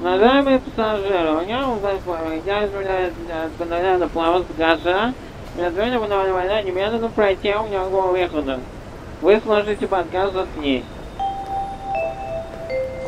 Уважаемые пассажиры, у меня плавать, я избавляюсь от поналя плавать багажа. Предварительно вынуждена немедленно пройти у него выхода. Вы сложите багаж вниз.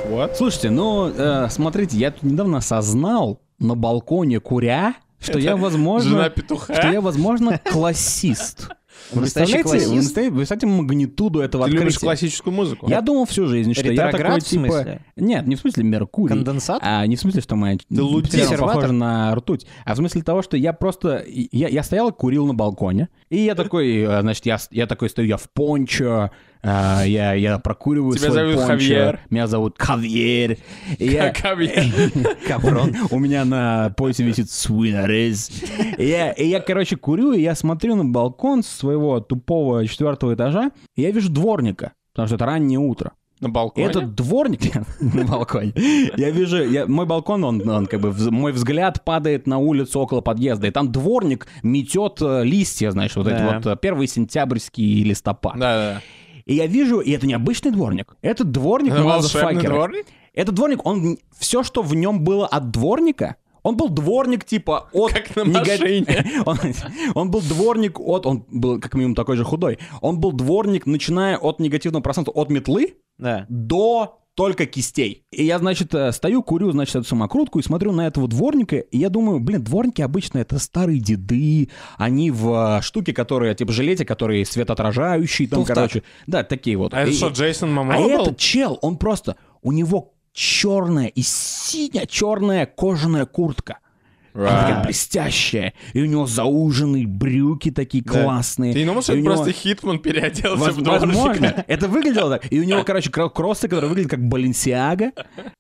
Вот. Слушайте, ну, э, смотрите, я тут недавно осознал на балконе куря, что я, Жена возможно, петуха. что я, возможно, классист. Вы Настоящий представляете, вы классист? представляете- вы представляете магнитуду этого Ты любишь открытия? классическую музыку? Я думал всю жизнь, что я такой, Ретроград, в типа... смысле? Нет, не в смысле Меркурий. Конденсат? А не в смысле, что моя лудин. прямо Консерватор? похожа на ртуть, а в смысле того, что я просто... Я, я стоял и курил на балконе, и я такой, э, значит, я, я такой стою, я в пончо, а, я, я прокуриваю Тебя свой пончо. зовут Хавьер. Меня зовут Хавьер. И я- Как объект. Каброн. У меня на поясе висит Свинарез. И я, и я, короче, курю, и я смотрю на балкон с своего тупого четвертого этажа, и я вижу дворника, потому что это раннее утро. На балконе? э, Этот дворник на балконе. Я вижу, я- мой балкон, он, он как бы, вз- мой взгляд падает на улицу около подъезда, и там дворник метет э, листья, знаешь, вот эти Да. вот э, первые сентябрьские листопад. Да, И я вижу, и это не обычный дворник, это дворник да. на Волшебный дворник? Этот дворник, он все, что в нем было от дворника, он был дворник типа от... Как на нега- машине. Он, он был дворник от... Он был как минимум такой же худой. Он был дворник, начиная от негативного пространства, от метлы, Да. до только кистей. И я, значит, э, стою, курю, значит, эту самокрутку и смотрю на этого дворника, и я думаю, блин, дворники обычно это старые деды, они в э, штуке, которые, типа, жилете, которые светоотражающие, там, Туфта. короче. Да, такие вот. А это И- что, Джейсон а Маморо был? этот чел, он просто, у него черная и синяя черная кожаная куртка. Она А. такая блестящая. И у него зауженные брюки такие Да. классные. Ты не думал, что И у это него- просто Хитман переоделся Воз- в дворника? Возможно. Это выглядело так. И у него, короче, кро- кроссы, которые выглядят как Баленсиага.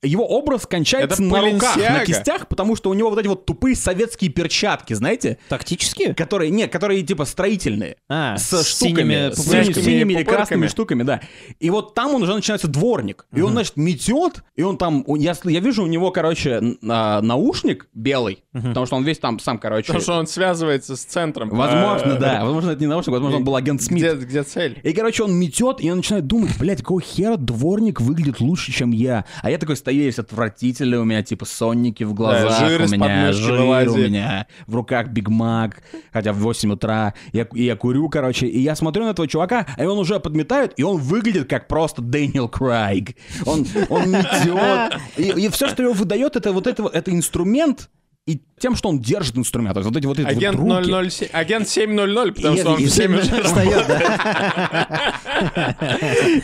Его образ кончается Это на руках, на Balenciaga. кистях, потому что у него вот эти вот тупые советские перчатки, знаете? Тактически? Которые, нет, которые типа строительные А, с с штуками, с синими, синими пупырками. синими или Пупырками. красными штуками, да. И вот там он уже начинается дворник. И он, значит, метет, и он там, он- я, сл- я вижу у него, короче, н- а, наушник белый, потому что он весь там сам, короче. Потому что он связывается с центром. Возможно, Э, да. Возможно, это не наушник, возможно, он был агент Смит. Где, где цель? И, короче, он метет, и я начинаю думать, блядь, какого хера дворник выглядит лучше, чем я. А я такой стою весь отвратительный, у меня типа сонники в глазах, жир у из-под меня мышки жир, у вылазит. меня в руках Биг Мак, хотя в 8 утра. Я, и я курю, короче, и я смотрю на этого чувака, и он уже подметает, и он выглядит как просто Дэниел Крайг. Он, он метет. И, все, что его выдает, это вот это, вот- это инструмент, и тем, что он держит инструмент, То есть вот эти вот, эти Агент вот руки. 007, агент 700, потому И что он я- в 7 уже работает.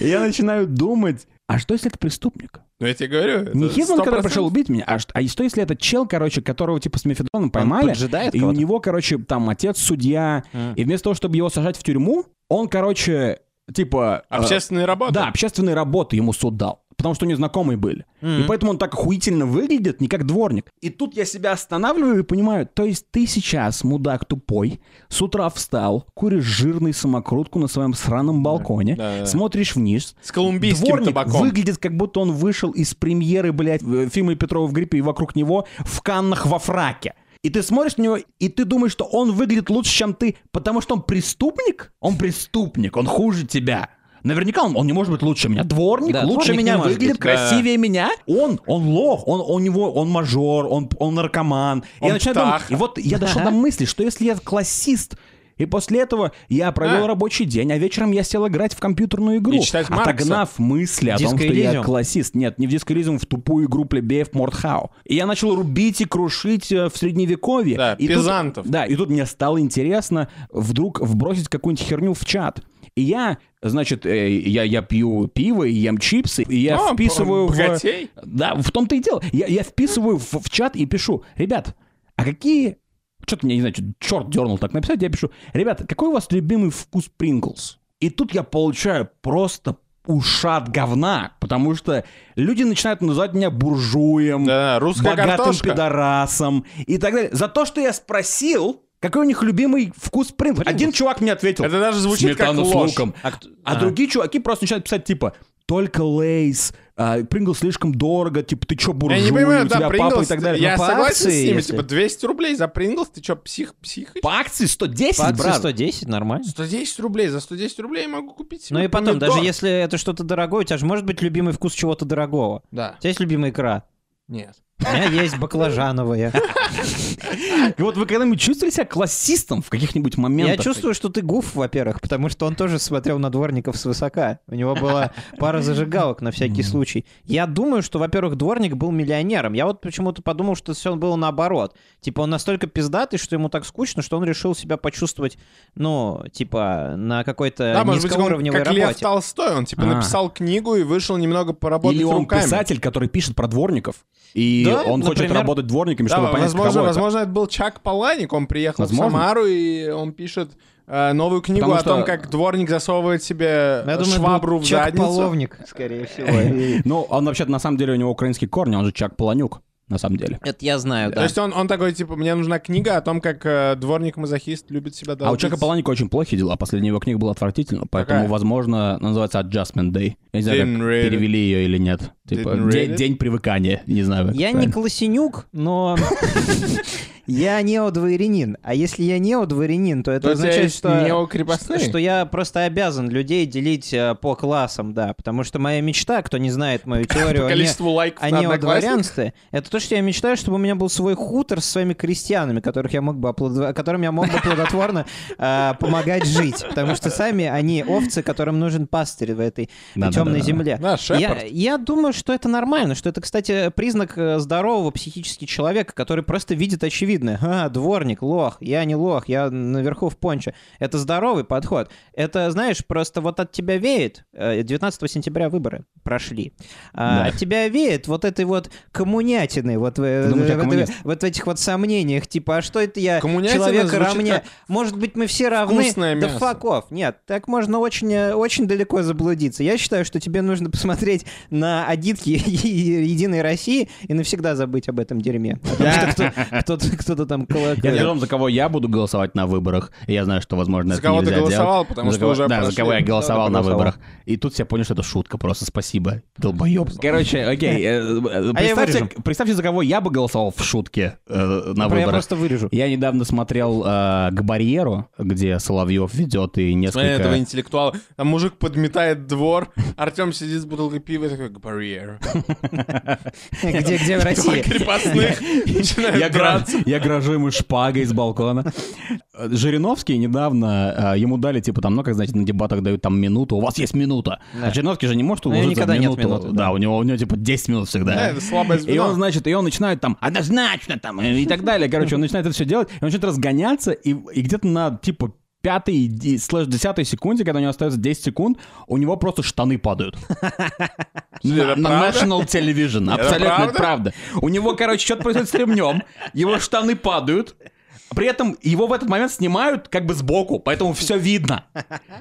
И я начинаю думать, а что если это преступник? Ну, я тебе говорю, это Не Хитман, который 100%. пришел убить меня, а, ш- а что если это чел, короче, которого типа с мефедроном поймали, поджидает и у кого-то? него, короче, там отец судья, М. и вместо того, чтобы его сажать в тюрьму, он, короче, типа... э, Общественные работы. Да, общественные работы ему суд дал, потому что у него знакомые были. М. И поэтому он так охуительно выглядит, не как дворник. И тут я себя останавливаю и понимаю, то есть ты сейчас, мудак тупой, с утра встал, куришь жирный самокрутку на своем сраном балконе, Да-да-да. смотришь вниз, С колумбийским Дворник табаком. выглядит, как будто он вышел из премьеры, блядь, э, фильма Петрова в гриппе, и вокруг него в Каннах во фраке. И ты смотришь на него, и ты думаешь, что он выглядит лучше, чем ты, потому что он преступник? Он преступник, он хуже тебя. Наверняка он, он не может быть лучше меня. Дворник Да, лучше дворник не меня может выглядит, быть, да. красивее меня. Он, он лох, он, у него, он мажор, он, он наркоман. И Он я начинаю думать, птаха. и вот я дошел до мысли, что если я классист, и после этого я провел А. рабочий день, а вечером я сел играть в компьютерную игру, а И читать Маркса. отогнав мысли о том, Диско что я Элизиум? классист. Нет, не в диско Элизиум, в тупую игру плебеев Мортхау. И я начал рубить и крушить э, в средневековье. Да, и тут- пизантов. да, и тут мне стало интересно вдруг вбросить какую-нибудь херню в чат. И я, значит, э, я, я пью пиво и ем чипсы, и я А, вписываю в... э, богатей. Да, в том-то и дело. Я, я вписываю в, в чат и пишу, ребят, а какие... Что-то мне, не знаю, черт дернул так написать, я пишу, ребят, какой у вас любимый вкус Принглс? И тут я получаю просто ушат говна, потому что люди начинают называть меня буржуем, Да, русская богатым картошка. пидорасом и так далее. За то, что я спросил, какой у них любимый вкус Принглс. Один чувак мне ответил. Это даже звучит как «Сметану с ложь». луком». А кто- А а. другие чуваки просто начинают писать, типа, только Лейс, Прингл слишком дорого, типа, ты чё, буржуй, Я не понимаю, у тебя да, папа Принглс, и так далее. я Но по, согласен акции, с ними, если- типа 200 рублей за Принглс, ты чё, псих, псих? по акции 110, По акции брат. 110, нормально. 110 рублей, за 110 рублей я могу купить себе Ну и потом, помидор. даже если это что-то дорогое, у тебя же может быть любимый вкус чего-то дорогого. Да, У тебя есть любимая икра? нет. У меня есть баклажановая. И вот вы когда-нибудь чувствовали себя классистом в каких-нибудь моментах? Я чувствую, что ты гуф, во-первых, потому что он тоже смотрел на дворников свысока. У него была пара зажигалок на всякий случай. Я думаю, что, во-первых, дворник был миллионером. Я вот почему-то подумал, что все было наоборот. Типа он настолько пиздатый, что ему так скучно, что он решил себя почувствовать, ну, типа, на какой-то Да, может быть, он низкоуровневой как Лев работе. Толстой, он типа Э, А. написал книгу и вышел немного поработать Или он руками. писатель, который пишет про дворников, и Да, он хочет например. работать дворниками, Да, чтобы понять, возможно, каково это. возможно, это был Чак Паланик, он приехал Возможно. в Самару, и он пишет э, новую книгу Потому о том, что- как дворник засовывает себе Ну, Я думаю, швабру был в Чак задницу. Половник, скорее всего. И- Ну, он вообще на самом деле у него украинские корни, он же Чак Полонюк, на самом деле. Это я знаю, То да. есть он, он такой, типа, мне нужна книга о том, как э, дворник-мазохист любит себя А у долбить. Чака Паланика очень плохие дела, последняя его книга была отвратительна, поэтому, Какая? возможно, она называется Adjustment Day. Я не знаю, Didn't как read it. перевели ее или нет. Типа, Didn't read день, it. день привыкания, не знаю. как Я не правильно. классенюк, но я неодворянин. А если я неодворянин, то это То есть у тебя означает, есть э, что... неокрепостные? Что я просто обязан людей делить э, по классам, да. Потому что моя мечта, кто не знает мою теорию По о, не- количеству лайков о на одноклассниках? неодворянстве, это то, что я мечтаю, чтобы у меня был свой хутор с своими крестьянами, которых я мог бы оплодо- которым я мог бы плодотворно э, помогать жить. Потому что сами они овцы, которым нужен пастырь в этой Да-да-да-да-да. темной земле. Да, Я, Шепард. я думаю, что это нормально, что это, кстати, признак э, здорового психически человека, который просто видит очевидное. А, дворник, лох, я не лох, я наверху в понче. Это здоровый подход. Это, знаешь, просто вот от тебя веет. э, 19 сентября выборы прошли. А, Да. От тебя веет вот этой вот коммунятиной, вот, в- думаешь, я в- коммунист? вот в этих вот сомнениях, типа, а что это я Коммунятина человека звучит равне? как Может быть, мы все равны? вкусное Да мясо. fuck off. Нет, так можно очень, э, очень далеко заблудиться. Я считаю, что тебе нужно посмотреть на адитки Единой России и навсегда забыть об этом дерьме. Потому что кто- кто-то- кто-то там Я скажу колокольчик. вам, за кого я буду голосовать на выборах. И я знаю, что, возможно, За это кого ты нельзя голосовал, делать. потому За что кого- Да, уже за прошли. кого я голосовал Да, на ты голосовал. выборах. И тут все поняли, что это шутка просто. Спасибо, долбоеб. Короче, окей. э, э, А я Представьте, вырежу. представьте, за кого я бы голосовал в шутке э, на Я выборах. просто вырежу. Я недавно смотрел э, «К барьеру», где Соловьев ведет и Смотри на Э, этого несколько... интеллектуала. Там мужик подметает двор, Артем сидит с бутылкой пива и такой, барьер. Где, где в России? Крепостных Я, начинает гра- драться. я грожу ему шпагой из балкона. Э, Жириновский недавно, э, ему дали, типа, там, ну, как, знаете, на дебатах дают там минуту, у вас есть минута. Да. А Жириновский же не может у него уложиться в никогда нет минуту. минуты, да, да. у него, у него, типа, 10 минут всегда. Да, это слабое И он, звено. значит, и он начинает там однозначно там э, и так далее. Короче, он начинает это все делать, и он начинает разгоняться, и, и где-то на типа пятой и- слэш десятой секунде, когда у него остается 10 секунд, у него просто штаны падают. На Ну, Это на правда? National Television. Абсолютно это правда? правда. У него, короче, что-то происходит с ремнем, его штаны падают, при этом его в этот момент снимают как бы сбоку, поэтому все видно.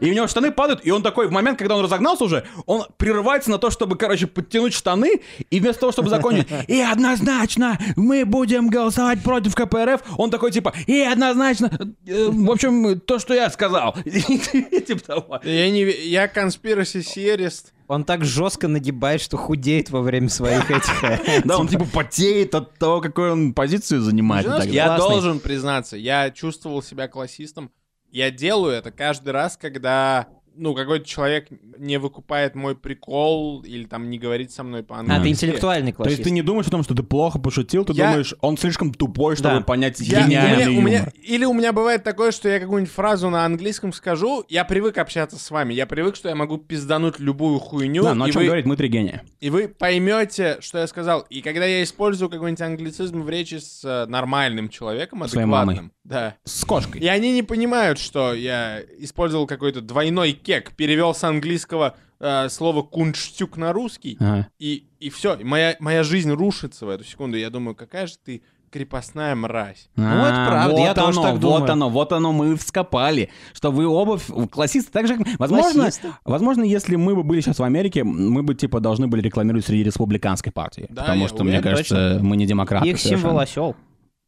И у него штаны падают, и он такой, в момент, когда он разогнался уже, он прерывается на то, чтобы, короче, подтянуть штаны, и вместо того, чтобы закончить, и однозначно мы будем голосовать против КПРФ, он такой, типа, и однозначно, э, в общем, то, что я сказал. И Типа того. Я не... ве- Я конспираси сиерист. Он так жестко нагибает, что худеет во время своих этих... э, Да, он типа потеет от того, какую он позицию занимает. и так далее. Я классный. должен признаться, я чувствовал себя классистом. Я делаю это каждый раз, когда ну, какой-то человек не выкупает мой прикол или там не говорит со мной А, ты по-английски. интеллектуальный То есть ты классист. не думаешь о том, что ты плохо пошутил, ты Я- думаешь, он слишком тупой, чтобы Да. понять Я- у гениальный меня- у юмор. меня- или у меня бывает такое, что я какую-нибудь фразу на английском скажу, я привык общаться с вами, я привык, что я могу пиздануть любую хуйню, Да, но о и, чем вы, говорить, мы три гения. и вы поймете, что я сказал. И когда я использую какой-нибудь англицизм в речи с э, нормальным человеком, Своей мамой. адекватным, да, С кошкой. И они не понимают, что я использовал какой-то двойной кек, перевел с английского э, слово кунштюк на русский, Ага. и, и все. моя, моя жизнь рушится в эту секунду. Я думаю, какая же ты крепостная мразь. Ну, это А, правда, вот я тоже оно, так вот думаю. оно, вот оно, мы вскопали, что вы оба ф- классисты. Так же, как- возможно, Классисты. возможно, если мы бы были сейчас в Америке, мы бы типа должны были рекламировать среди республиканской партии, Да, потому я что мне уверен, кажется, мы не демократы. Их символ совершенно. осел.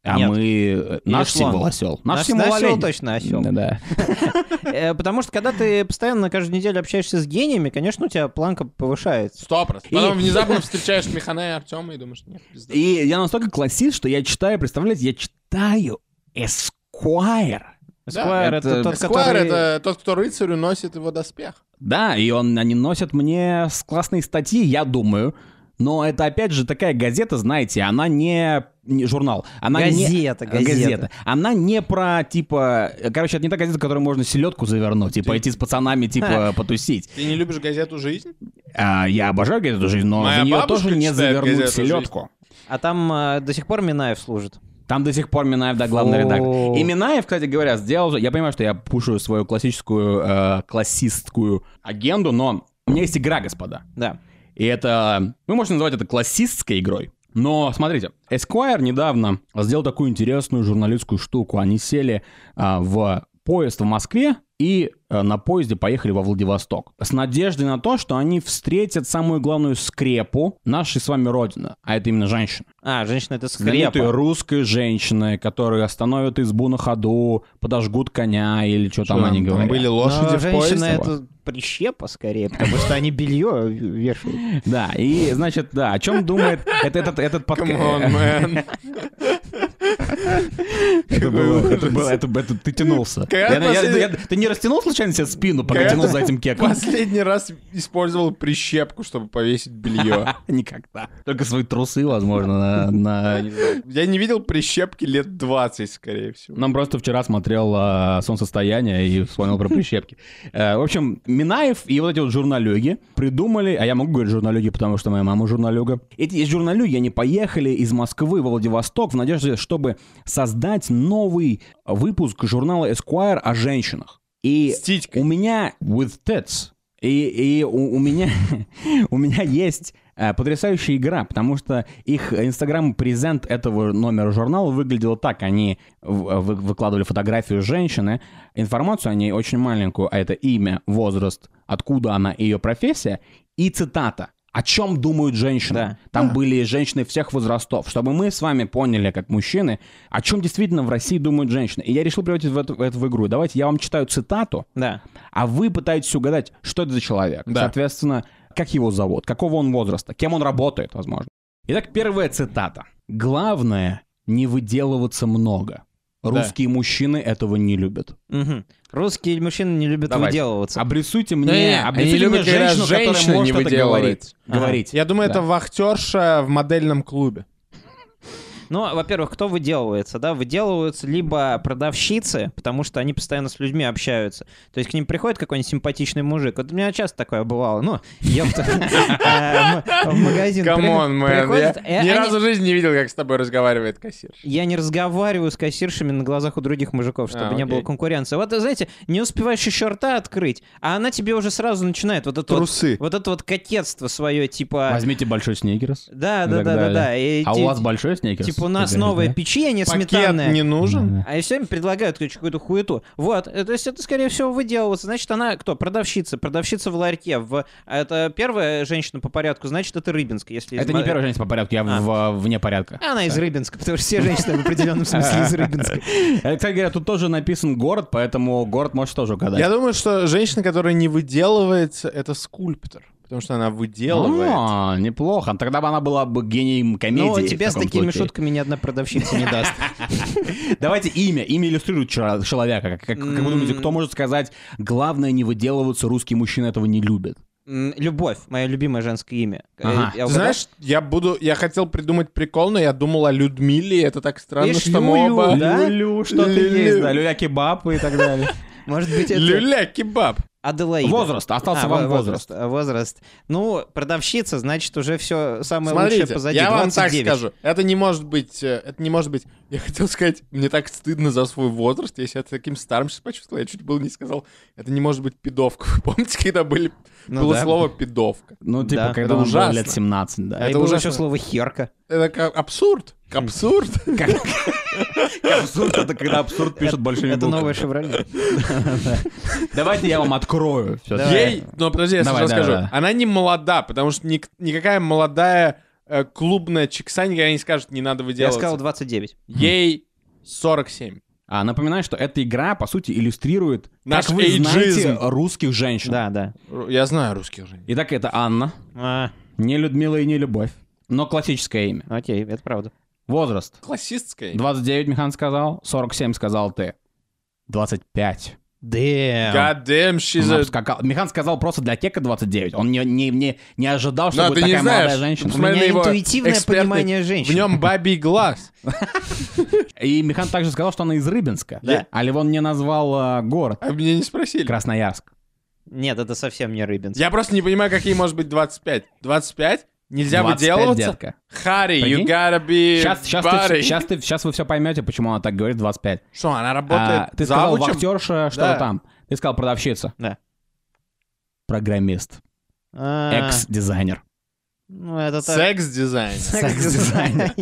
а нет. мы наш слон. символ осел, Наш символ наш осел олень. точно осел. Да. Э, Потому что когда ты постоянно каждую неделю общаешься с гениями, конечно, у тебя планка повышается. Сто процентов. Потом внезапно встречаешь Михана и Артема и думаешь, нет, пизда. И я настолько классист, что я читаю, представляете, я читаю Esquire. Да, Сквайр это- это тот, Сквайр который... это тот, кто рыцарю носит его доспех. Да, и он, они носят мне с- классные статьи, я думаю, Но это, опять же, такая газета, знаете, она не, не журнал. Она не... Э, газета, газета. Она не про, типа... Короче, это не та газета, в которой можно селедку завернуть и пойти с пацанами, типа, потусить. Ты не любишь газету «Жизнь»? А, я обожаю газету «Жизнь», но Моя в нее бабушка тоже не читает завернуть газету «Жизнь». селедку. А там э, до сих пор Минаев служит. Там до сих пор Минаев, да, главный Фу. редактор. И Минаев, кстати говоря, сделал... же- Я понимаю, что я пушу свою классическую, э, классистскую агенду, но у меня есть игра, господа. Да. И это... Вы можете называть это классистской игрой. Но, смотрите, Esquire недавно сделал такую интересную журналистскую штуку. Они сели а, в поезд в Москве и э, на поезде поехали во Владивосток. С надеждой на то, что они встретят самую главную скрепу нашей с вами родины. А это именно женщина. А, женщина это Знаменитые скрепа. русской женщины, которые остановят избу на ходу, подожгут коня или что там они говорят. были Но лошади в женщина поезде? это прищепа скорее, потому что они белье вешают. Да, и, значит, да, о чем думает это- этот, этот Come on, подкаст? man. Это было, это было, это, это ты тянулся. Как Я- я- последний- я- ты не растянул случайно себе спину, пока Как тянул за этим кеком? Последний раз использовал прищепку, чтобы повесить белье. Никогда. Только свои трусы, возможно, на- на... не знаю. Я не видел прищепки лет 20, скорее всего. Нам просто вчера смотрел а, «Солнцестояние» и вспомнил про прищепки. Э, в общем, Минаев и вот эти вот журналюги придумали, а я могу говорить журналюги, потому что моя мама журналюга. Эти журналюги, они поехали из Москвы во Владивосток в надежде, чтобы создать новый выпуск журнала Esquire о женщинах. И С титькой. у меня with tits. И, и у, у меня у меня есть э, потрясающая игра, потому что их инстаграм презент этого номера журнала выглядел так: они в- э, вы- выкладывали фотографию женщины, информацию о ней очень маленькую, а это имя, возраст, откуда она, ее профессия и цитата. О чем думают женщины? Да. Там были женщины всех возрастов, чтобы мы с вами поняли, как мужчины, о чем действительно в России думают женщины. И я решил превратить в эту- в это в игру. Давайте я вам читаю цитату, Да. а вы пытаетесь угадать, что это за человек. Да. Соответственно, как его зовут, какого он возраста, кем он работает, возможно. Итак, первая цитата. Главное не выделываться много. Русские мужчины этого не любят. Мгм. Русские мужчины не любят Давайте. А выделываться. Обрисуйте Не-не, мне, они обрисуйте мне любят, когда женщину, женщина которая может не это выделывает. говорить. Ага. говорить. Я думаю, Да. это вахтерша в модельном клубе. Ну, во-первых, кто выделывается, да? Выделываются либо продавщицы, потому что они постоянно с людьми общаются. То есть к ним приходит какой-нибудь симпатичный мужик. Вот у меня часто такое бывало. Ну, ёпта. Э, м- В магазин Камон, при- мэн. Я приходит, э, ни они- разу в жизни не видел, как с тобой разговаривает кассир. Я не разговариваю с кассиршами на глазах у других мужиков, чтобы А, не окей. было конкуренции. Вот, знаете, не успеваешь еще рта открыть, а она тебе уже сразу начинает вот это вот, Трусы. вот это вот кокетство свое, типа... Возьмите большой снегерс. Да, и да, так да, да, далее. да. И А ти- у вас большой снегерс? Типа у нас новое печенье Пакет сметанное. не нужен? Да. А и все им предлагают короче, какую-то хуету. Вот, э, то есть это, скорее всего, выделывается. Значит, она кто? Продавщица. Продавщица в ларьке. В... а Это первая женщина по порядку, значит, это Рыбинска. Если из Это не Мо- первая женщина по порядку, я А. в- вне порядка. Она из Рыбинска, потому что все женщины в определенном смысле из Рыбинска. Э, Кстати говоря, тут тоже написан город, поэтому город может тоже угадать. Я думаю, что женщина, которая не выделывается, это скульптор. Потому что она выделывает. А, неплохо. Тогда бы она была бы гением комедии. Но в тебе с таком такими случае. шутками ни одна продавщица не даст. Давайте имя. Имя иллюстрирует чела- человека. Как, как- как вы думаете, кто может сказать, главное не выделываться, русский мужчина этого не любит? М, Любовь, мое любимое женское имя. Э, Ага. я Ты угадал? знаешь, я буду, я хотел придумать прикол, но я думал о Людмиле, и это так странно, Видишь, что мы Люлю, оба... да? Люлю, что-то Люлю. есть, да, люля кебаб и так далее. Может быть, это Люля, кебаб. Аделаида. Возраст, остался А, вам во- возраст. а, Возраст. Ну, продавщица, значит, уже все самое лучшее Смотрите, позади. я вам так 29. скажу, это не может быть, э, это не может быть, я хотел сказать, мне так стыдно за свой возраст, я себя таким старым сейчас почувствовал, я чуть было не сказал, это не может быть пидовка. Вы помните, когда были, Ну было да. слово пидовка? Ну, типа, Да. когда Это он был ужасно. лет 17, да. А и Это было ужасно. еще слово «херка». Это как абсурд, абсурд. Абсурд — это когда абсурд пишут большими Это буквами. новое «Шевроле». Давайте я вам открою. всё. Давай. Ей, ну подожди, я Давай, сразу да, скажу, да. она не молода, потому что ник- никакая молодая э, клубная чикса никогда не скажет, не надо Я выделываться. сказал 29. Ей 47. А, напоминаю, что эта игра, по сути, иллюстрирует, Наш как вы знаете, эйджизм. русских женщин. Да, да. Ру- Я знаю русских женщин. Итак, это Анна. А, Не Людмила и не Любовь. Но классическое имя. окей, это правда. Возраст. Классистская. 29 Михан сказал, 47 сказал ты. 25. Damn. God damn, she's Она a... вскакала. Михан сказал просто для Кека 29. Он не, не, не, не ожидал, что Ну, а будет ты не такая знаешь. молодая женщина. У меня меня его интуитивное экспертный- понимание женщин. В нем бабий глаз. И Михан также сказал, что она из Рыбинска. Да. А Левон не назвал э, город. А меня не спросили. Красноярск. Нет, это совсем не Рыбинск. Я просто не понимаю, какие может быть 25. 25? Нельзя 25, выделываться? детка. Харри, you Прикинь? gotta be Сейчас, сейчас, buddy. ты, сейчас, ты, сейчас вы все поймете, почему она так говорит 25. Что, она А, работает ты сказал завучем? вахтерша, что-то Да. там. Ты сказал продавщица. Да. Программист. А, Экс-дизайнер. Ну, это так. Секс-дизайн. Секс-дизайнер.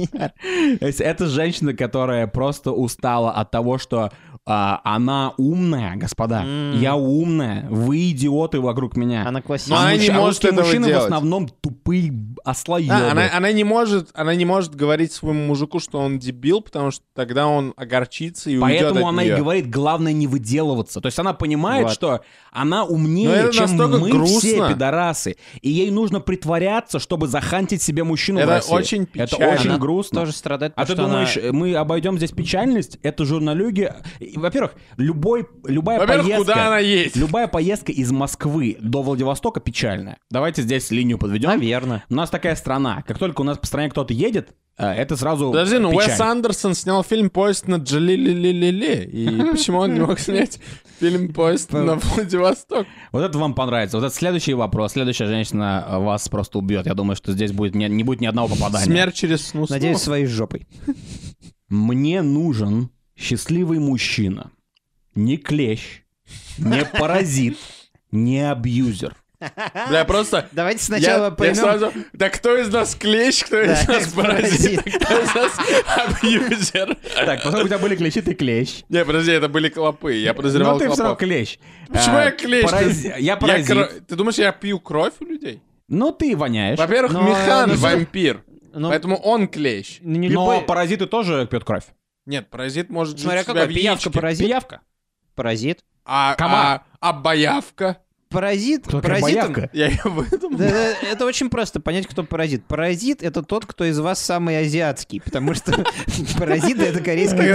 То есть это женщина, которая просто устала от того, что а, она умная, господа. М. Я умная. Вы идиоты вокруг меня. Она Ну, классическая. она мужч- не а может русские этого мужчины делать. в основном тупые ослоебы. А, она, она не может, она не может говорить своему мужику, что он дебил, потому что тогда он огорчится и уйдет Поэтому от она неё. и говорит, главное не выделываться. То есть она понимает, Вот. что она умнее, Но Ну, это чем настолько мы все грустно. пидорасы. И ей нужно притворяться, чтобы захантить себе мужчину в Это России. очень Это печально. очень Она грустно. тоже страдает, А ты потому что думаешь, она- мы обойдем здесь печальность? Это журналюги. И, Во-первых, любой, любая Во-первых, поездка... куда она едет? Любая поездка из Москвы до Владивостока печальная. Давайте здесь линию подведем. Наверное. У нас такая страна. Как только у нас по стране кто-то едет, э, это сразу Подожди, ну печаль. Уэс Андерсон снял фильм «Поезд на Джалили-ли-ли-ли», и почему он не мог снять фильм «Поезд на Владивосток»? Вот это вам понравится. Вот это следующий вопрос. Следующая женщина э, вас просто убьет. Я думаю, что здесь будет не, не будет ни одного попадания. Смерть через сну. Надеюсь, своей жопой. Мне нужен счастливый мужчина. Не клещ, не паразит, не абьюзер. Бля, просто... Давайте я- сначала я поймем... сразу, да кто из нас клещ, кто Да, из нас паразит, паразит. а кто из нас абьюзер? Так, поскольку у тебя были клещи, ты клещ. Не, подожди, это были клопы, я подозревал Ну ты все равно клопов. клещ. Почему А, я клещ? парази- Я Я паразит. кро- Ты думаешь, я пью кровь у людей? Ну ты воняешь. Во-первых, Но- Михан но- вампир, Ну, поэтому он клещ. ну, не Но любой... паразиты тоже пьют кровь. Нет, паразит может жить Смотря у тебя какой, в пиявка, яичке. паразит? Пиявка. Паразит. А, Комар. а, а боявка? Паразит. Кто такая Паразитом... боявка? Я ее выдумал. Да, да, это очень просто понять, кто паразит. Паразит — это тот, кто из вас самый азиатский, потому что паразиты — это корейское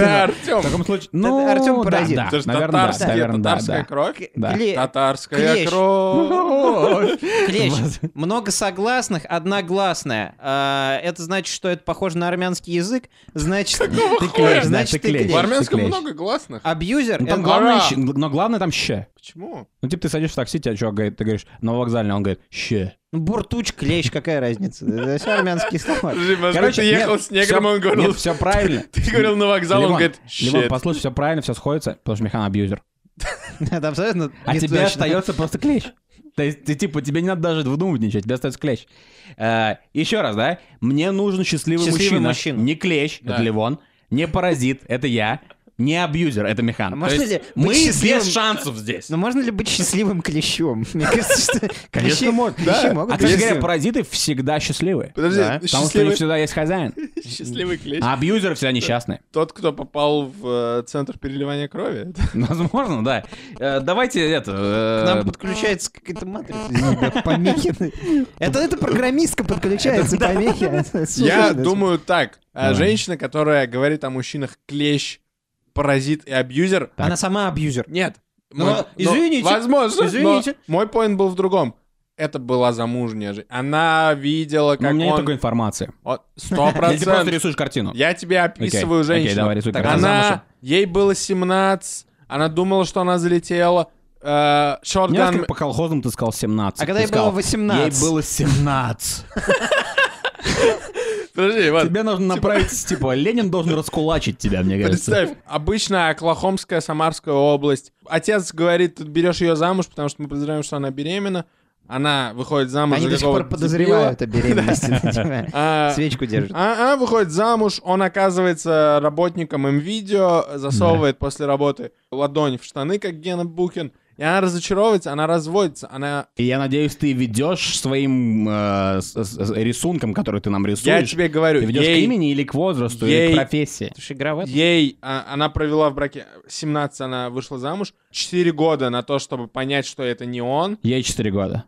Да, кино. Артем. В таком случае... Ну, Артём да, паразит. да, Это же наверное, да, татарские- наверное, да, татарская да. кровь. Да. Кле- Татарская клещ. кровь. Клещ. Вот. Много согласных, одногласная. А, Это значит, что это похоже на армянский язык. Значит, ты хуя? клещ. Значит, Да, ты ты клещ. В клещ. армянском клещ. много гласных. Абьюзер — Ну, там это... главное, Ара. щ- но главное там «щ». Почему? Ну, типа, ты садишься в такси, тебя чувак говорит, ты говоришь, на вокзальный, он говорит, «щ». Ну, Буртуч, клещ, какая разница? Это все армянские слова. Подожди, может быть, ты нет, ехал с негром, всё- он говорил... Нет, все правильно. Ты говорил на вокзал, он Лимон, говорит, Лимон, «Щет». послушай, все правильно, все сходится, потому что Михан абьюзер. Это абсолютно А не тебе точно. остается просто клещ. То есть, ты, типа, тебе не надо даже выдумывать ничего, тебе остается клещ. Э, еще раз, да? Мне нужен счастливый, Счастливый мужчина. мужчина. Не клещ, Да. это Ливон. Не паразит, это я. Не абьюзер, это Михан. А То можно есть ли быть мы счастливым- без шансов здесь. Ну можно ли быть счастливым клещом? Мне кажется, что Конечно, клещи- можно. клещи могут А, быть кстати говоря, счастливыми. паразиты всегда счастливые. Подожди, Да, Потому что у них счастливый- всегда есть хозяин. счастливый клещ. А абьюзеры всегда несчастные. Тот, кто попал в э, центр переливания крови. Возможно, да. Э, Давайте К нам это... э, подключается какая-то матрица, извините, да, помехи. Это, это программистка подключается, помехи. Слушай, Я да, думаю так. А, Давай. Женщина, которая говорит о мужчинах клещ, паразит и абьюзер, Она сама абьюзер. Нет. Ну, Мой- а, извините, возможно, но извините. мой поинт был в другом. Это была замужняя же. Она видела, э, У как меня нет он... такой информации. О, Сто Ты просто процентов. рисуешь картину. Я тебе описываю Окей, женщину. давай, рисуй Так, картину. она... Замужем. Ей было 17. Она думала, что она залетела. Э, Мне раз как Шотган... по колхозам ты сказал 17. А когда Ты ей было сказал, 18. Ей было 17. Подожди, вот. Тебе нужно направить, типа, Ленин должен раскулачить тебя, мне кажется. Представь, обычная Оклахомская, Самарская область. Отец говорит, ты берешь ее замуж, потому что мы подозреваем, что она беременна. Она выходит замуж Они за до сих какого-то пор подозревают о дебила. беременности. да, типа, А, Свечку держит. А, она выходит замуж, он оказывается работником МВидео, засовывает после работы ладонь в штаны, как Гена Букин, и она разочаровывается, она разводится, она... И я надеюсь, ты ведешь своим э, с- с- рисунком, который ты нам рисуешь. Я тебе говорю, Ты ведешь к ей, имени или к возрасту, или ей- к профессии. Это ж игра в это. ей а, она провела в браке 17, она вышла замуж, 4 года на то, чтобы понять, что это не он. Ей 4 года.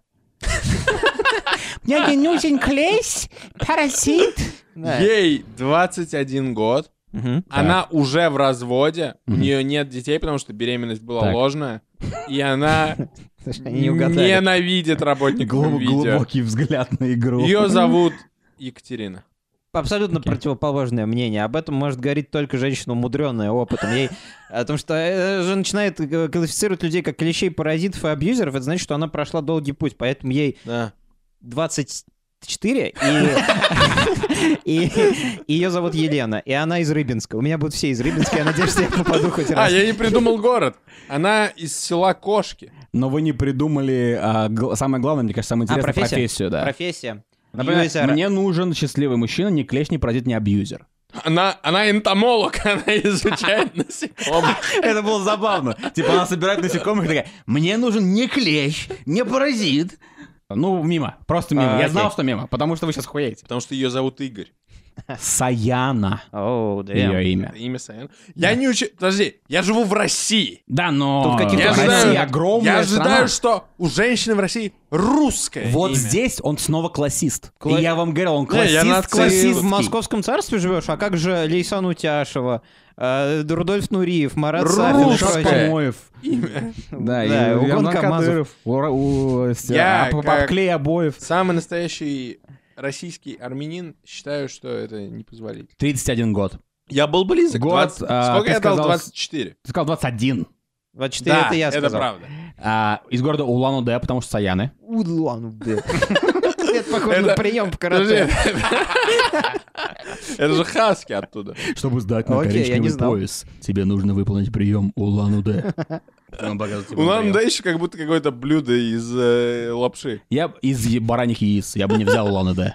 Мне нужен клещ, паразит. Да. Ей 21 год, Мгм. она уже в разводе, у нее нет детей, потому что беременность была Так. ложная. И она Потому что они не угадали. ненавидит работников Глуб- видео. глубокий взгляд на игру. Ее зовут Екатерина. Абсолютно Окей. противоположное мнение. Об этом может говорить только женщина, умудренная опытом. Ей о том, что э, же начинает э, классифицировать людей как клещей, паразитов и абьюзеров, это значит, что она прошла долгий путь. Поэтому ей 24, и- и ее зовут Елена. И она из Рыбинска. У меня будут все из Рыбинска, я надеюсь, что я попаду хоть А, раз. я не придумал город. Она из села Кошки. Но вы не придумали а, гл- самое главное, мне кажется, самое А, интересное профессия? профессию, да. Профессия. Например, Абьюзера. мне нужен счастливый мужчина, не клещ, не паразит, не абьюзер. Она, она энтомолог, она изучает насекомых. Это было забавно. Типа она собирает насекомых и такая, мне нужен не клещ, не паразит. Ну, мимо, просто мимо. А, Я окей. знал, что мимо, потому что вы сейчас хуеете. Потому что ее зовут Игорь. Саяна Оу, да. ее имя. а Имя Саян. Я не учу... Подожди, я живу в России. Да, но Тут какие-то Я Россия ожидаю, огромная я страна. ожидаю, что у женщины в России русское Вот имя. здесь он снова классист. Кла- И я вам говорил, он Не, классист. я наци- классистский. Классист в московском царстве живешь, а как же Лейсан Утяшева, э, Рудольф Нуриев, Марат Сафин и Русская. прочие? Помоев. Имя. Да, и Да, и Роман Угон Камазов. Кадыров, у Ра- у, э, с- Я а, по- как- Обклей обоев. Самый настоящий российский армянин, считаю, что это непозволительно. 31 год. Я был близок. Год, 20. а, Сколько ты я дал? сказал, 24. Ты сказал 21. 24 это я сказал. правда. А, из города Улан-Удэ, потому что Саяны. Улан-Удэ. Это похоже Это- на прием в карате. Подожди. Это же хаски оттуда. Чтобы сдать на Окей, я коричневый не знал. пояс, тебе нужно выполнить прием Улан-Удэ. типа, Улан да еще как будто какое-то блюдо из э, лапши. Я из е- бараньих яиц, я бы не взял Улан-Удэ.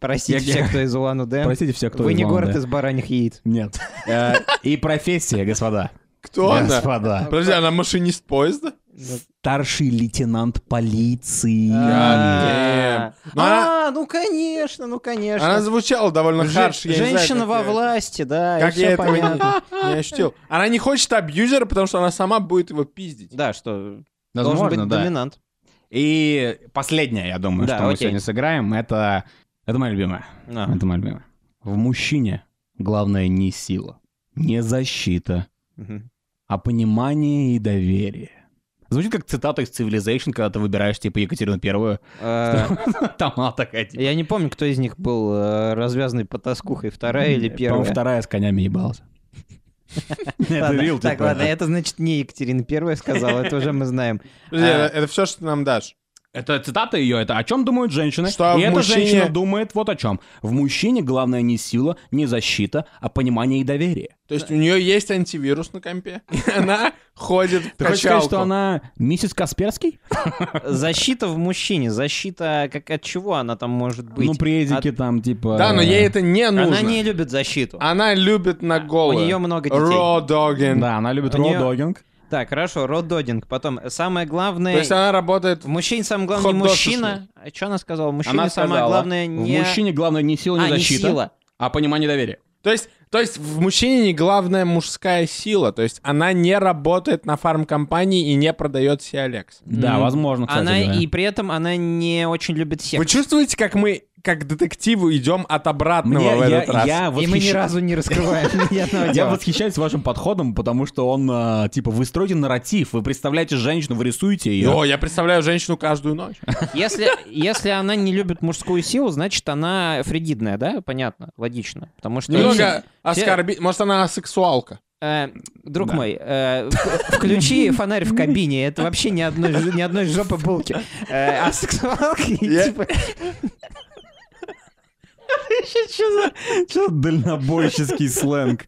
Простите Я- всех, кто из Улан-Удэ. Простите все, кто Э, Вы из не город Улан-Удэ. из бараньих яиц. Нет. Э, И профессия, господа. Кто она? Господа. Подожди, она машинист поезда? Старший лейтенант полиции. А, damn. Ну, она- А, ну конечно, ну Она конечно. звучала довольно Же- харш. я не знаю, Женщина как во я- власти, А да, и Как я все этого не- понятно. не ощутил. Она не хочет абьюзера, потому что она сама будет его пиздить. Да, что должен Возможно, быть да. доминант. И последнее, я думаю, Да, что мы окей. А. сегодня сыграем, это... Это моя любимая. На. Это моя любимая. В мужчине главное не сила, не защита, Мгм. а понимание и доверие. Звучит как цитата из Civilization, когда ты выбираешь, типа, Екатерину Первую. Э, Там она такая, типа... Я не помню, кто из них был э, развязанный по тоскухой, вторая или По-моему, первая. вторая с конями ебалась. Это Ладно, real, Так, типа, ладно, это- это значит не Екатерина первая сказала, это уже мы знаем. Подожди, А. это все, что ты нам дашь. Это цитата ее, это о чем думают женщины. Что и в эта мужчине- женщина думает вот о чем. В мужчине главное не сила, не защита, а понимание и доверие. То есть у нее есть антивирус на компе, и она ходит в Ты хочешь сказать, что качалку. она миссис Касперский? Защита в мужчине, защита как от чего она там может быть? Ну, презики От- там, типа... Да, но ей это не нужно. Она не любит защиту. Она любит на У голову. нее много детей. Raw dogging. Да, она любит У неё- роддогинг. Так, хорошо, роддодинг. Потом, э, самое То главное... есть она работает... В мужчине самое главное не Хот-дошечный. мужчина. А что она сказала? Мужчине Она самое сказала, главное не... В мужчине главное не сила, не а, не защита, сила. а понимание и доверие. То есть, то есть в мужчине не главная мужская сила. То есть она не работает на фармкомпании и не продает Сиалекс. Да, М. возможно, Ну, кстати. Она говоря. и при этом она не очень любит секс. Вы чувствуете, как мы, как детективы, идем от обратного Мне- в я, этот раз? я И мы ни восхищ- разу не раскрываем ни одного Я дела. восхищаюсь вашим подходом, потому что он, а, типа, вы строите нарратив, вы представляете женщину, вы рисуете ее. О, я представляю женщину каждую ночь. Если, если она не любит мужскую силу, значит, она фригидная, да? Понятно, логично. Потому что... Немного оскорбить. Может, она сексуалка. Э, друг Да. мой, э, в- включи фонарь в кабине, это вообще ни одной, ж- ни одной жопы булки. Э, а сексуалка, и Я- типа... Что дальнобойческий сленг?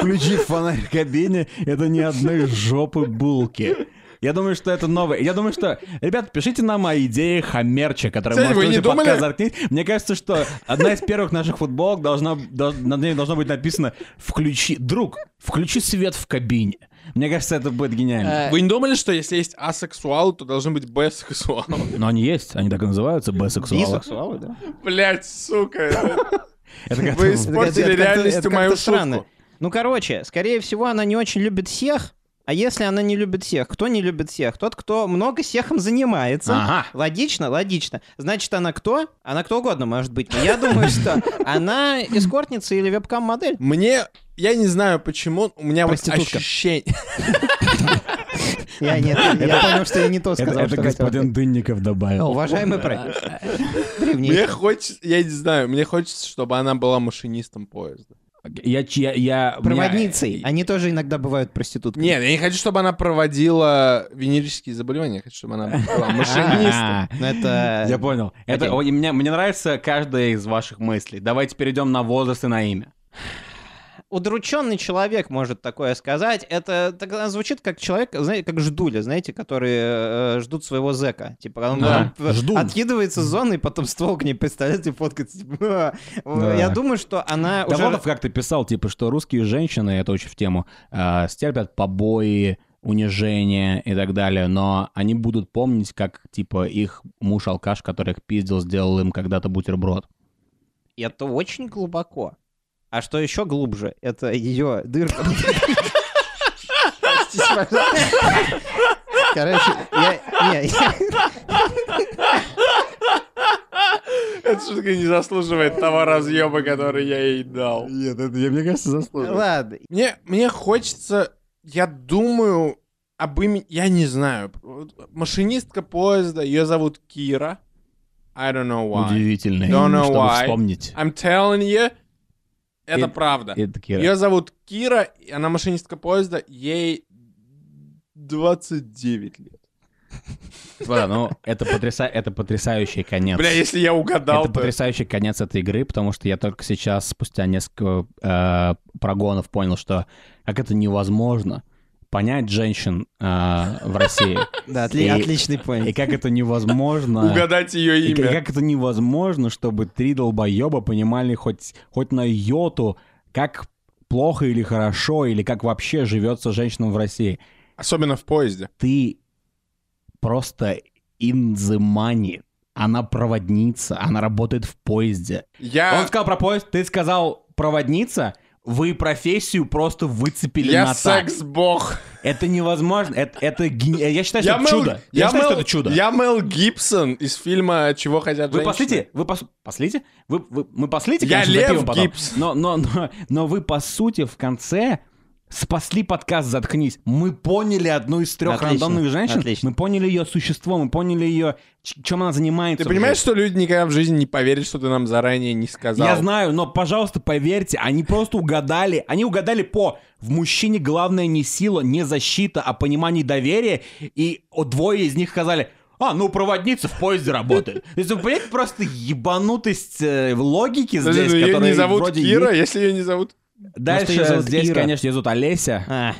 Включи фонарь в кабине, это ни одной жопы булки. Я думаю, что это новое. Я думаю, что... Ребят, пишите нам о идее хомерча, который Кстати, может вы не слушать подкаст думали? «Заткнись». Мне кажется, что одна из первых наших футболок должна... дол- над ней должно быть написано «Включи... Друг, включи свет в кабине». Мне кажется, это будет гениально. э, Вы не думали, что если есть асексуал, то должны быть б-сексуал? Но они есть, они так и называются, бисексуалы. бисексуалы, да? Блять, сука. Это как- Вы испортили Это как-то- это реальностью как-то мою странно. шутку. Ну, короче, скорее всего, она не очень любит всех. А если она не любит всех? Кто не любит всех? Тот, кто много сехом занимается. Ага. Логично, логично. Значит, она кто? Она кто угодно может быть. Но я думаю, что она эскортница или вебкам-модель. Мне, я не знаю почему, у меня вот Проститутка. ощущение. Я нет, я понял, что я не то Это, сказал. это что хотел. господин Дынников добавил. Уважаемый проект. Мне хочется, я не знаю, мне хочется, чтобы она была машинистом поезда. Я, я, я, у меня- Проводницей. Они тоже иногда бывают проститутками. Нет, я не хочу, чтобы она проводила венерические заболевания. Я хочу, чтобы она была машинистом. А, Но это... Я понял. Это, ой, мне, мне нравится каждая из ваших мыслей. Давайте перейдем на возраст и на имя. удрученный человек может такое сказать. Это тогда звучит как человек, знаете, как ждули, знаете, которые э, ждут своего зэка. Типа он Да, там, э, ждун. откидывается с зоны, и потом ствол к ней представляет и фоткается. Типа, «Э, Я Да. думаю, что она Да, уже... Волков как-то писал, типа, что русские женщины, это очень в тему, э, стерпят побои, унижения и так далее, но они будут помнить, как, типа, их муж-алкаш, который их пиздил, сделал им когда-то бутерброд. Это очень глубоко. А что еще глубже, это ее дырка. Простите, пожалуйста. Короче, я... не, я- Это шутка не заслуживает того разъема, который я ей дал. Нет, это, мне кажется, заслуженно. Ладно. Мне, мне хочется, я думаю об имени, я не знаю. Вот Машинистка поезда, ее зовут Кира. I don't know why. Удивительно, Don't know чтобы why. вспомнить. I'm telling you, это И- правда. Это Кира. Ее зовут Кира, и она машинистка поезда, ей 29 лет. Господа, ну, это, потряса... это потрясающий конец. Бля, если я угадал, это то... потрясающий конец этой игры, потому что я только сейчас, спустя несколько э, прогонов, понял, что как это невозможно понять женщин э, в России. Да, И- отли- отличный И поинт. как это невозможно... Угадать ее И имя. как это невозможно, чтобы три долбоеба понимали хоть, хоть на йоту, как плохо или хорошо, или как вообще живется женщинам в России. Особенно в поезде. Ты просто in the money. Она проводница, она работает в поезде. Я... Он сказал про поезд, ты сказал проводница, вы профессию просто выцепили Я на так. секс-бог. Это невозможно, это, это гени- я считаю, что Я это Мел- чудо. Я, считаю, Мел- что это чудо. Я Мел Гибсон из фильма «Чего хотят Вы женщины». послите, вы пос... послите, вы, вы- мы послите, Я конечно, за Лев пивом потом. Гибс. Но, но, но, но вы, по сути, в конце спасли подкаст «Заткнись». Мы поняли одну из трех Отлично, рандомных женщин. отлично. Мы поняли ее существо, мы поняли ее, чем она занимается. Ты в понимаешь, жизни. что люди никогда в жизни не поверят, что ты нам заранее не сказал? Я знаю, но, пожалуйста, поверьте, они просто угадали. Они угадали по «в мужчине главное не сила, не защита, а понимание и доверие». И о, двое из них сказали «А, ну, проводница в поезде работает». То есть, вы понимаете, просто ебанутость э, в логике Подожди, здесь, ну, её которая не зовут вроде Кира, есть. если ее не зовут... Дальше её зовут здесь, Ира. конечно, ее зовут Олеся. А,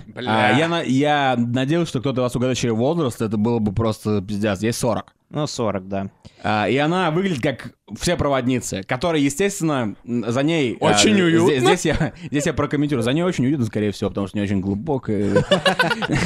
А, Бля. я, на- я надеялся, что кто-то вас угадает через возраст, это было бы просто пиздец. Ей 40. ну, 40, да. А, И она выглядит как все проводницы, которые, естественно, м, за ней... а, Очень зе- уютно. Здесь, я, здесь я прокомментирую. За ней очень уютно, скорее всего, потому что не очень глубокая. э,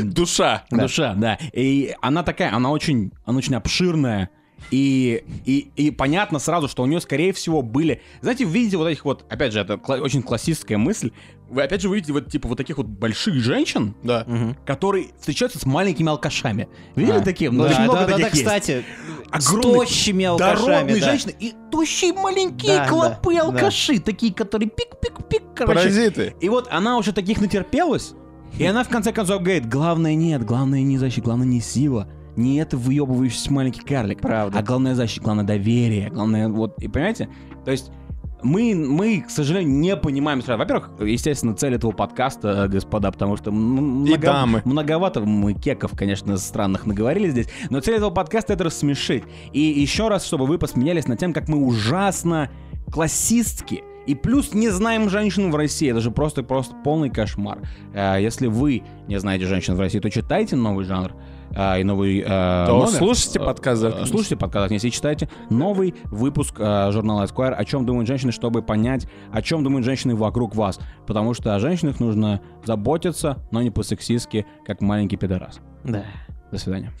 Эм, Душа. Душа, да. И она такая, она очень, она очень обширная. И, и, и понятно сразу, что у нее, скорее всего, были... Знаете, вы видите вот этих вот... Опять же, это кла- очень классическая мысль. Вы, опять же, вы видите вот, типа, вот таких вот больших женщин, Да. Мгм. которые встречаются с маленькими алкашами. Видели А. такие? Да, Ну, очень много да, да, таких да, есть. кстати, с Огромных тощими алкашами, Дородные да. женщины и тощие маленькие Да, клопы да, алкаши, такие, которые пик-пик-пик, короче. Паразиты. И вот она уже таких натерпелась, и она в конце концов говорит, главное нет, главное не защита, главное не сила, не это выебывающийся маленький карлик. Правда. А главное защита, главное доверие, главное вот, и понимаете? То есть мы, мы, к сожалению, не понимаем сразу. Во-первых, естественно, цель этого подкаста, э, господа, потому что м- И дамы. многовато мы кеков, конечно, странных наговорили здесь, но цель этого подкаста — это рассмешить. И еще раз, чтобы вы посмеялись над тем, как мы ужасно классистки и плюс не знаем женщин в России. Это же просто-просто полный кошмар. Э, Если вы не знаете женщин в России, то читайте новый жанр э, и новый э, То номер. слушайте Э, подкаст Э, «Заткнись». Слушайте подкаст «Заткнись» и читайте новый выпуск э, журнала Esquire, о чем думают женщины, чтобы понять, о чем думают женщины вокруг вас. Потому что о женщинах нужно заботиться, но не по-сексистски, как маленький пидорас. Да. До свидания.